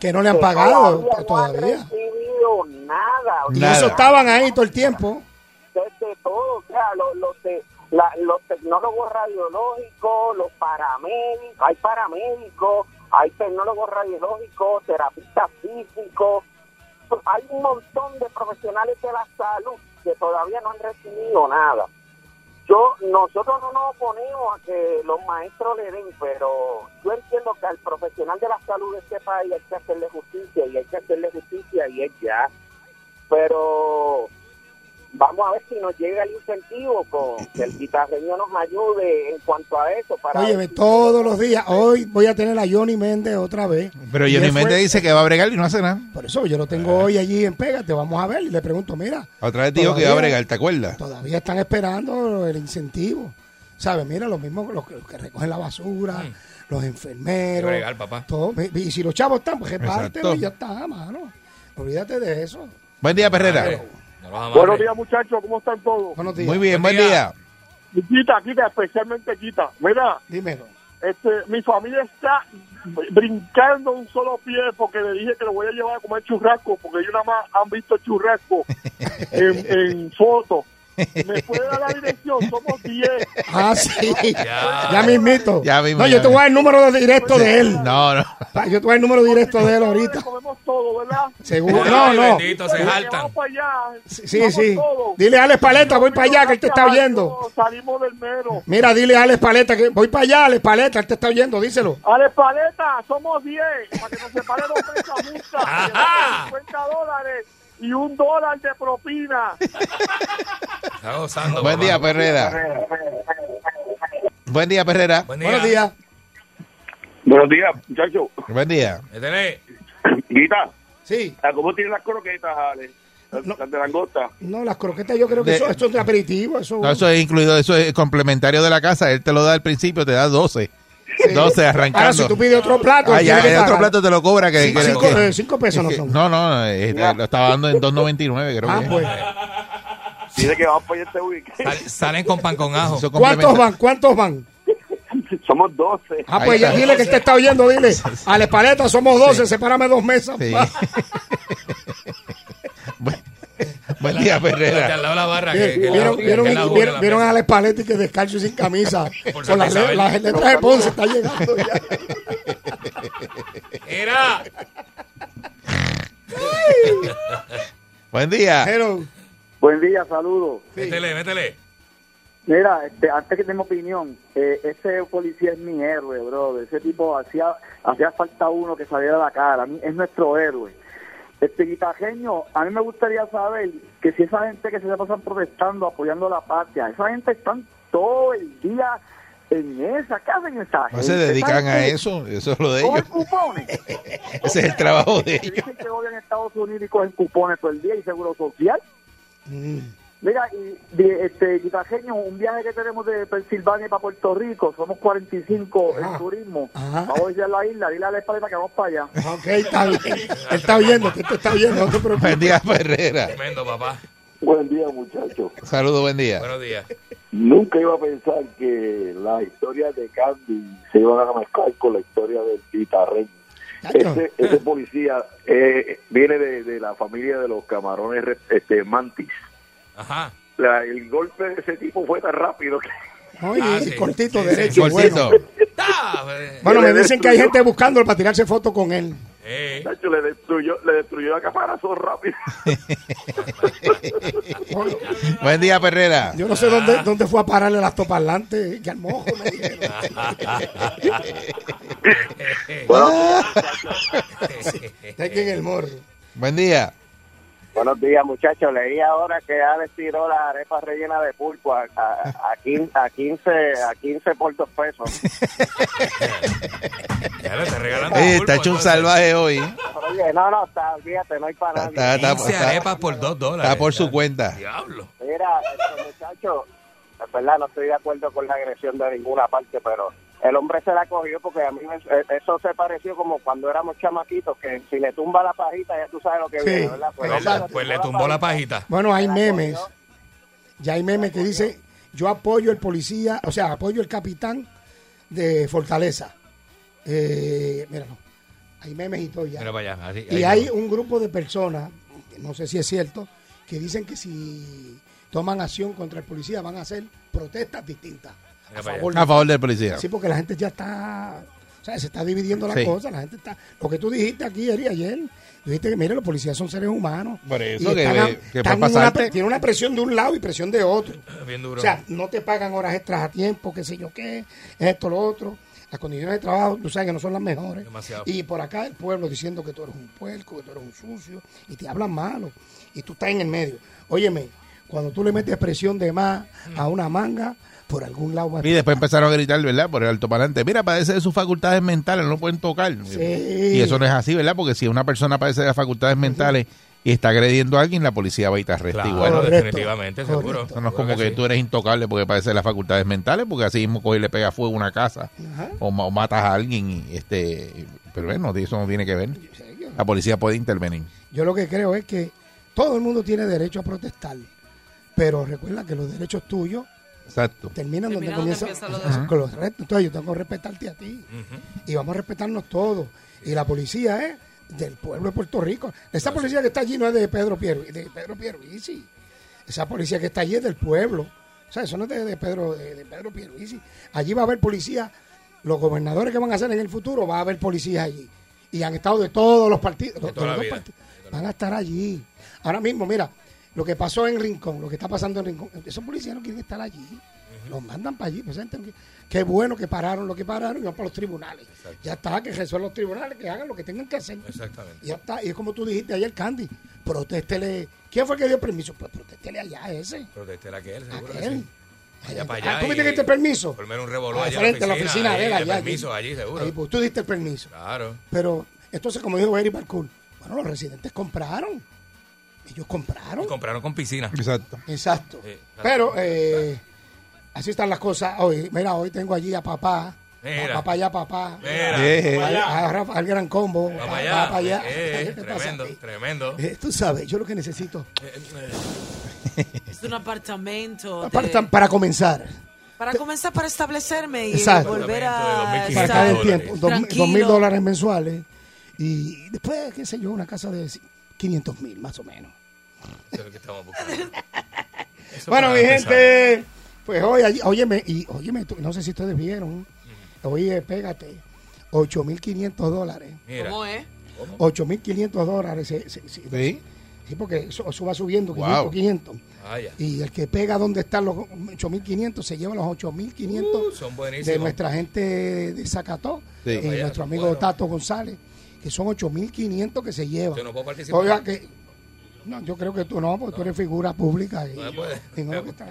[SPEAKER 5] Que no le han
[SPEAKER 9] que
[SPEAKER 5] pagado
[SPEAKER 9] todavía. No
[SPEAKER 5] todavía.
[SPEAKER 9] han recibido nada. o
[SPEAKER 5] Y
[SPEAKER 9] sea,
[SPEAKER 5] eso estaban ahí todo el tiempo.
[SPEAKER 9] desde todo, o sea, los, los, te- la- los tecnólogos radiológicos, los paramédicos, hay paramédicos, hay tecnólogos radiológicos, terapistas físicos, hay un montón de profesionales de la salud que todavía no han recibido nada. Yo, nosotros no nos oponemos a que los maestros le den, pero yo entiendo que al profesional de la salud de este país hay que hacerle justicia y hay que hacerle justicia y es ya. Pero vamos a ver si nos llega el incentivo, con, que el guitarreño nos ayude en cuanto a eso. Para
[SPEAKER 5] Oye, ve, todos los días. Hoy voy a tener a Johnny Méndez otra vez.
[SPEAKER 4] Pero
[SPEAKER 5] Y
[SPEAKER 4] Johnny
[SPEAKER 5] él fue-
[SPEAKER 4] Méndez dice que va a bregar y no hace nada.
[SPEAKER 5] Por eso yo lo tengo
[SPEAKER 4] Eh.
[SPEAKER 5] hoy allí en Pégate. Vamos a ver. Y le pregunto, mira,
[SPEAKER 4] Otra vez dijo que iba a
[SPEAKER 5] Todavía.
[SPEAKER 4] bregar, ¿te acuerdas?
[SPEAKER 5] todavía están esperando el incentivo. ¿Sabes? Mira, lo mismo los que, los que recogen la basura,
[SPEAKER 4] Mm.
[SPEAKER 5] los enfermeros.
[SPEAKER 7] Hay que bregar, papá.
[SPEAKER 5] todo. Y y si los chavos están, pues repártelo
[SPEAKER 4] Exacto.
[SPEAKER 5] y ya está, mano. Olvídate de eso.
[SPEAKER 4] Buen día, Ferrera.
[SPEAKER 7] No los amarres.
[SPEAKER 9] Buenos días, muchachos, ¿cómo están todos?
[SPEAKER 5] Buenos días.
[SPEAKER 4] Muy bien, buen
[SPEAKER 7] Buen
[SPEAKER 4] día.
[SPEAKER 7] día.
[SPEAKER 9] Quita, quita, especialmente quita. Mira,
[SPEAKER 5] Dímelo.
[SPEAKER 9] este, mi familia está brincando un solo pie porque le dije que lo voy a llevar a comer churrasco porque ellos nada más han visto churrasco en, en fotos. ¿Me puede dar la dirección? Somos 10.
[SPEAKER 5] Ah, sí.
[SPEAKER 7] Ya.
[SPEAKER 5] ya mismito.
[SPEAKER 4] Ya mismo,
[SPEAKER 5] no,
[SPEAKER 4] ya
[SPEAKER 5] yo te voy a dar el número de- directo de él.
[SPEAKER 4] No, no.
[SPEAKER 5] Pa- Yo te voy a dar el número directo de él ahorita.
[SPEAKER 9] Comemos todo, ¿verdad?
[SPEAKER 5] Seguro.
[SPEAKER 7] Ay,
[SPEAKER 5] No, no.
[SPEAKER 7] bendito, se jaltan.
[SPEAKER 9] Vamos para allá.
[SPEAKER 5] Sí, sí,
[SPEAKER 9] Vamos
[SPEAKER 5] sí.
[SPEAKER 9] todos.
[SPEAKER 5] Dile a Alex Paleta, voy para allá, que él te está oyendo.
[SPEAKER 9] Salimos del mero.
[SPEAKER 5] Mira, dile a Alex Paleta, que voy para allá, Alex Paleta, él te está oyendo, díselo.
[SPEAKER 9] Ale Paleta, somos 10, para que nos separe dos pesas justas, que
[SPEAKER 7] Ajá.
[SPEAKER 9] damos 50 dólares y un dólar de propina.
[SPEAKER 7] Está gozando.
[SPEAKER 4] Buen
[SPEAKER 7] mamá.
[SPEAKER 4] día, Ferrera. Buen día, Ferrera.
[SPEAKER 7] Buen día.
[SPEAKER 5] Buenos días.
[SPEAKER 9] Buenos días, muchachos.
[SPEAKER 4] Buen día.
[SPEAKER 7] Métele.
[SPEAKER 9] Guita,
[SPEAKER 5] Sí.
[SPEAKER 4] Ah.
[SPEAKER 9] ¿cómo tienen las croquetas, Ale? Las,
[SPEAKER 5] No.
[SPEAKER 9] las de langosta.
[SPEAKER 5] No, las croquetas yo creo que
[SPEAKER 4] De-
[SPEAKER 5] eso, esto es de aperitivo, eso.
[SPEAKER 4] No, eso es incluido, eso es complementario de la casa. Él te lo da al principio, te da 12.
[SPEAKER 5] Sí.
[SPEAKER 4] 12
[SPEAKER 5] Eh, Ahora, si tú
[SPEAKER 4] arrancando.
[SPEAKER 5] pides otro plato,
[SPEAKER 4] Ah, ya,
[SPEAKER 5] tienes que
[SPEAKER 4] el otro
[SPEAKER 5] pagar.
[SPEAKER 4] plato te lo cobra. Que,
[SPEAKER 5] Cinco,
[SPEAKER 4] que-
[SPEAKER 5] cinco,
[SPEAKER 4] que-
[SPEAKER 5] eh, cinco pesos no
[SPEAKER 4] que-
[SPEAKER 5] son.
[SPEAKER 4] No, no, eh, eh, lo estaba dando en 2.99, creo
[SPEAKER 5] Ah,
[SPEAKER 4] que.
[SPEAKER 5] pues.
[SPEAKER 9] Dice que vamos para allá este weekend.
[SPEAKER 7] Sal- salen con pan con ajo.
[SPEAKER 4] Eso complementa-
[SPEAKER 5] ¿Cuántos van? ¿Cuántos van?
[SPEAKER 9] Somos 12.
[SPEAKER 5] Ah,
[SPEAKER 4] Ahí
[SPEAKER 5] pues ya,
[SPEAKER 4] está.
[SPEAKER 5] dile que él te está oyendo, dile. Alex Paleta, somos 12, sepárame dos mesas.
[SPEAKER 4] Sí.
[SPEAKER 5] pa.
[SPEAKER 4] buen, buen día,
[SPEAKER 7] Espérate,
[SPEAKER 4] Ferrera.
[SPEAKER 7] al lado de la barra. que- que la-
[SPEAKER 5] Eh, Vieron,
[SPEAKER 7] que
[SPEAKER 5] vieron,
[SPEAKER 7] la boca,
[SPEAKER 5] vieron,
[SPEAKER 7] la
[SPEAKER 5] vieron a
[SPEAKER 7] mesa.
[SPEAKER 5] Alex Paletti que descalzo y sin camisa.
[SPEAKER 7] Por
[SPEAKER 5] Con las,
[SPEAKER 7] Santa
[SPEAKER 5] le-
[SPEAKER 7] Isabel.
[SPEAKER 5] las letras de Ponce está llegando ya.
[SPEAKER 7] Era.
[SPEAKER 4] Buen día.
[SPEAKER 5] Pero,
[SPEAKER 9] Buen día, saludos.
[SPEAKER 7] Métele, métele.
[SPEAKER 9] Mira, este, antes que tenga opinión, eh, ese policía es mi héroe, bro. Ese tipo hacía, hacía falta uno que saliera a la cara. A mí- Es nuestro héroe. Este guitajeño, a mí me gustaría saber que si esa gente que se pasan protestando, apoyando la patria, esa gente están todo el día en esa. ¿Qué hacen esa gente?
[SPEAKER 4] No se dedican
[SPEAKER 9] Esa
[SPEAKER 4] a
[SPEAKER 9] gente
[SPEAKER 4] eso, eso es lo de ellos.
[SPEAKER 9] cogen cupones.
[SPEAKER 4] Ese es el trabajo de
[SPEAKER 9] Que
[SPEAKER 4] ellos.
[SPEAKER 5] Mm.
[SPEAKER 9] dicen que odian a Estados Unidos y cogen cupones todo el día y seguro social. Mira, y, de- este, Guitajeño, un viaje que tenemos de Pensilvania para Puerto Rico, somos 45
[SPEAKER 5] Ah.
[SPEAKER 9] en turismo.
[SPEAKER 5] Ajá.
[SPEAKER 9] Vamos a ir a la isla, dile a la espalda que vamos para allá.
[SPEAKER 5] Ok, está bien. Él está viendo, que te está viendo, no te preocupes.
[SPEAKER 4] Buen día, Ferrera.
[SPEAKER 7] Tremendo, papá.
[SPEAKER 10] Buen día, muchachos.
[SPEAKER 4] Saludos, buen día.
[SPEAKER 7] Buenos días.
[SPEAKER 10] Nunca iba a pensar que las historias de Candy se iban a mezclar con la historia del guitarreño.
[SPEAKER 5] Chacho.
[SPEAKER 10] Ese, ese policía eh, viene de, de la familia de los camarones este, mantis.
[SPEAKER 7] Ajá.
[SPEAKER 10] La- el golpe de ese tipo fue tan rápido que
[SPEAKER 5] Oye,
[SPEAKER 7] Ah, sí.
[SPEAKER 5] cortito,
[SPEAKER 7] Sí, sí,
[SPEAKER 5] derecho.
[SPEAKER 4] Cortito.
[SPEAKER 5] Bueno,
[SPEAKER 7] Ah, eh,
[SPEAKER 5] Bueno, me dicen que hay gente buscándolo para tirarse fotos con él.
[SPEAKER 7] eh,
[SPEAKER 10] muchacho, le destruyó le destruyó la caparazón rápido.
[SPEAKER 5] Bueno,
[SPEAKER 4] Buen día, Ferrera.
[SPEAKER 5] Yo no sé dónde, dónde fue a pararle las toparlantes, que al mojo me dijeron. Está aquí en el morro.
[SPEAKER 4] Buen día.
[SPEAKER 9] Buenos días, muchachos. Leí ahora que Alex tiró la arepa rellena de pulpo a, a, a, quin- a 15, a 15 por dos pesos.
[SPEAKER 7] ya le está regalando.
[SPEAKER 4] Oye,
[SPEAKER 7] pulpo,
[SPEAKER 4] está hecho un
[SPEAKER 7] entonces.
[SPEAKER 4] salvaje hoy.
[SPEAKER 9] Oye, no, no, está, olvídate, no hay para
[SPEAKER 4] Está, está,
[SPEAKER 9] nadie.
[SPEAKER 4] está-
[SPEAKER 7] 15
[SPEAKER 4] está-
[SPEAKER 7] arepas por 2 dólares.
[SPEAKER 4] está por su
[SPEAKER 7] Ya,
[SPEAKER 4] cuenta.
[SPEAKER 7] Diablo.
[SPEAKER 9] Mira, este muchacho, en verdad no estoy de acuerdo con la agresión de ninguna parte, pero el hombre se la cogió porque a mí me- eh, eso se pareció como cuando éramos chamaquitos, que si le tumba la pajita ya tú sabes lo que
[SPEAKER 5] Sí,
[SPEAKER 9] viene, ¿verdad?
[SPEAKER 7] Pues,
[SPEAKER 5] Pero
[SPEAKER 7] le-
[SPEAKER 5] claro,
[SPEAKER 7] pues le tumbó la pajita.
[SPEAKER 5] Bueno, hay
[SPEAKER 9] La
[SPEAKER 5] memes.
[SPEAKER 9] cogió.
[SPEAKER 5] Ya hay memes que dicen, yo apoyo el policía, o sea, apoyo el capitán de Fortaleza. Eh, míralo. Hay memes y todo ya.
[SPEAKER 7] Mira para allá. así,
[SPEAKER 5] Y
[SPEAKER 7] ahí
[SPEAKER 5] hay
[SPEAKER 7] va.
[SPEAKER 5] un grupo de personas, no sé si es cierto, que dicen que si toman acción contra el policía van a hacer protestas distintas.
[SPEAKER 7] Mira
[SPEAKER 5] a
[SPEAKER 7] para
[SPEAKER 5] favor
[SPEAKER 4] A favor del policía.
[SPEAKER 5] Sí, porque la gente ya está, o sea, se está dividiendo la
[SPEAKER 4] Sí.
[SPEAKER 5] cosa, la gente está, lo que tú dijiste aquí Eri, ayer, dijiste que mire, los policías son seres humanos.
[SPEAKER 4] Por eso
[SPEAKER 5] Y
[SPEAKER 4] que-
[SPEAKER 5] están a-
[SPEAKER 4] que puede
[SPEAKER 5] están en una
[SPEAKER 4] pasarte.
[SPEAKER 5] pre- tiene una presión de un lado y presión de otro.
[SPEAKER 7] Bien duro.
[SPEAKER 5] O sea, no te pagan horas extras a tiempo, qué sé yo qué, esto, lo otro. Las condiciones de trabajo, tú sabes que no son las mejores.
[SPEAKER 7] Demasiado.
[SPEAKER 5] Y por acá el pueblo diciendo que tú eres un puerco, que tú eres un sucio, y te hablan malo. Y tú estás en el medio. Óyeme, cuando tú le metes presión de más
[SPEAKER 7] Mm.
[SPEAKER 5] a una manga, por algún lado va a
[SPEAKER 4] Y después empezaron a gritar, ¿verdad? Por el altoparlante. Mira, padece de sus facultades mentales, no lo pueden tocar. Y eso no es así, ¿verdad? Porque si una persona padece de las facultades mentales y está agrediendo a alguien, la policía va y te arresta
[SPEAKER 7] Claro,
[SPEAKER 4] igual.
[SPEAKER 5] Correcto,
[SPEAKER 7] definitivamente, seguro.
[SPEAKER 5] correcto.
[SPEAKER 4] Eso no es
[SPEAKER 7] Seguro
[SPEAKER 4] como que
[SPEAKER 7] sí.
[SPEAKER 4] tú eres intocable porque padece de las facultades mentales, porque así mismo coge y le pega fuego a una casa
[SPEAKER 5] Ajá.
[SPEAKER 4] o, ma- o matas a alguien. y, este Pero bueno, de eso no tiene que ver. La policía puede intervenir.
[SPEAKER 5] Yo lo que creo es que todo el mundo tiene derecho a protestar, pero recuerda que los derechos tuyos
[SPEAKER 4] Exacto.
[SPEAKER 5] terminan donde
[SPEAKER 6] Termina donde
[SPEAKER 5] comienzan
[SPEAKER 6] empiezan los demás.
[SPEAKER 5] correcto. Entonces yo tengo que respetarte a ti y vamos a respetarnos todos. Y la policía es del pueblo de Puerto Rico. Esa policía que está allí no es de Pedro Piero, de Pedro Pierluisi. Esa policía que está allí es del pueblo. O sea, eso no es de, de Pedro de, de Pedro Pierluisi. Allí va a haber policía. Los gobernadores que van a hacer en el futuro va a haber policías allí. Y han estado de todos los partidos. de
[SPEAKER 7] toda la
[SPEAKER 5] los
[SPEAKER 7] vida.
[SPEAKER 5] partidos. Van a estar allí. Ahora mismo, mira, lo que pasó en Rincón, lo que está pasando en Rincón, esos policías no quieren estar allí. Los mandan para allí. pues, gente, qué bueno que pararon lo que pararon y van para los tribunales. Ya está, que resuelvan los tribunales, que hagan lo que tengan que hacer.
[SPEAKER 7] Exactamente.
[SPEAKER 5] Ya está. Y es como tú dijiste ayer, Candy, protéstele. ¿Quién fue el que dio el permiso? Pues protéstele allá a ese,
[SPEAKER 7] Protestar aquel,
[SPEAKER 5] a
[SPEAKER 7] seguro este que
[SPEAKER 5] él.
[SPEAKER 7] sí. Allá para
[SPEAKER 5] Ah,
[SPEAKER 7] allá.
[SPEAKER 5] ¿Tú me
[SPEAKER 7] y-
[SPEAKER 5] diste el permiso?
[SPEAKER 7] Formar un revolú
[SPEAKER 5] Al
[SPEAKER 7] allá en
[SPEAKER 5] frente, la oficina de él,
[SPEAKER 7] ahí,
[SPEAKER 5] allá, allí.
[SPEAKER 7] permiso allí, seguro.
[SPEAKER 5] Ahí, pues, tú diste el permiso.
[SPEAKER 7] Claro.
[SPEAKER 5] Pero entonces, como dijo Eric Barcool, bueno, los residentes compraron. Ellos compraron.
[SPEAKER 7] Y compraron con piscina.
[SPEAKER 4] Exacto.
[SPEAKER 5] Exacto.
[SPEAKER 7] Sí, claro.
[SPEAKER 5] Pero eh, así están las cosas hoy. Mira, hoy tengo allí a papá.
[SPEAKER 7] Mira.
[SPEAKER 5] A papá ya papá.
[SPEAKER 7] Mira.
[SPEAKER 4] Eh,
[SPEAKER 5] Al, a Rafa- al gran combo.
[SPEAKER 7] Va
[SPEAKER 5] a-
[SPEAKER 7] para
[SPEAKER 5] Pues va
[SPEAKER 7] allá.
[SPEAKER 5] para allá.
[SPEAKER 7] Eh,
[SPEAKER 5] ¿Qué te pasa
[SPEAKER 7] tremendo,
[SPEAKER 5] a ti?
[SPEAKER 7] tremendo.
[SPEAKER 5] Eh, tú sabes, yo lo que necesito
[SPEAKER 7] Eh, eh,
[SPEAKER 6] Es un apartamento. de-
[SPEAKER 5] para, para comenzar,
[SPEAKER 6] para comenzar, para establecerme y
[SPEAKER 5] Exacto.
[SPEAKER 6] volver
[SPEAKER 7] Apartamento
[SPEAKER 6] a
[SPEAKER 7] de 2.500 Exacto.
[SPEAKER 5] para cada
[SPEAKER 6] estar
[SPEAKER 5] el tiempo, dos,
[SPEAKER 6] Tranquilo.
[SPEAKER 5] dos mil dólares mensuales y después, qué sé yo, una casa de 500 mil más o menos.
[SPEAKER 7] eso es lo que estamos buscando. Eso
[SPEAKER 5] Bueno,
[SPEAKER 7] para
[SPEAKER 5] mi
[SPEAKER 7] empezar.
[SPEAKER 5] gente, pues hoy, allí- óyeme, y óyeme, tú- no sé si ustedes vieron, oye, pégate, 8.500 dólares,
[SPEAKER 7] Mira.
[SPEAKER 6] ¿Cómo es?
[SPEAKER 5] 8.500 dólares, se- se- se-
[SPEAKER 4] Sí.
[SPEAKER 5] sí, porque eso, eso va subiendo, 500,
[SPEAKER 4] Wow.
[SPEAKER 5] 500,
[SPEAKER 7] Vaya.
[SPEAKER 5] y el que pega donde están los 8.500 se lleva los 8.500
[SPEAKER 7] Uh, son buenísimos.
[SPEAKER 5] de nuestra gente de Zacató,
[SPEAKER 4] Sí.
[SPEAKER 5] y
[SPEAKER 7] Vaya,
[SPEAKER 5] nuestro amigo
[SPEAKER 7] bueno.
[SPEAKER 5] Tato González, que son 8.500 que se llevan.
[SPEAKER 7] Yo no puedo participar.
[SPEAKER 5] Oiga, que. No, yo creo que tú no, porque tú eres figura pública. y
[SPEAKER 7] No se puede.
[SPEAKER 5] ninguno que está-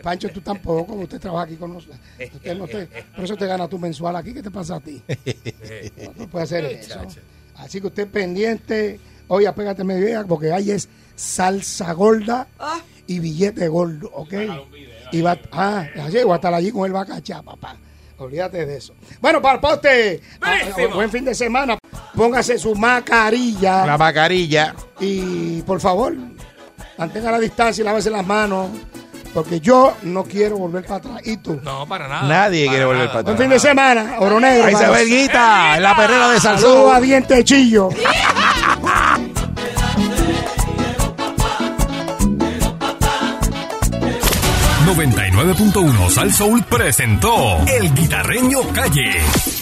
[SPEAKER 5] Pancho, tú tampoco, usted trabaja aquí con nosotros. Usted no te- por eso te gana tu mensual aquí. ¿Qué te pasa a ti?
[SPEAKER 7] Eh,
[SPEAKER 5] No, no puede hacer eso. Así que usté pendiente. Oye, pégate media porque ahí es salsa gorda
[SPEAKER 6] Ah.
[SPEAKER 5] y billete gordo, ¿ok? Y va, ah, llego hasta allí con el bacachá, papá. Olvídate de eso. Bueno, para, para usted, ah,
[SPEAKER 2] Buenísimo.
[SPEAKER 5] buen fin de semana. Póngase su mascarilla.
[SPEAKER 4] La mascarilla.
[SPEAKER 5] Y por favor, mantenga la distancia y lávese las manos. Porque yo no quiero volver para atrás. ¿Y tú?
[SPEAKER 7] No, para nada.
[SPEAKER 4] Nadie quiere volver para
[SPEAKER 5] Buen
[SPEAKER 4] atrás.
[SPEAKER 5] fin de semana, Oro Negro.
[SPEAKER 4] Ahí se
[SPEAKER 5] hermanos.
[SPEAKER 4] ve el guita, en la perrera de
[SPEAKER 5] Saludos
[SPEAKER 4] Salsón.
[SPEAKER 5] a Diente Chillo.
[SPEAKER 1] Salsoul. 99.1 Sal Soul presentó El Guitarreño Calle.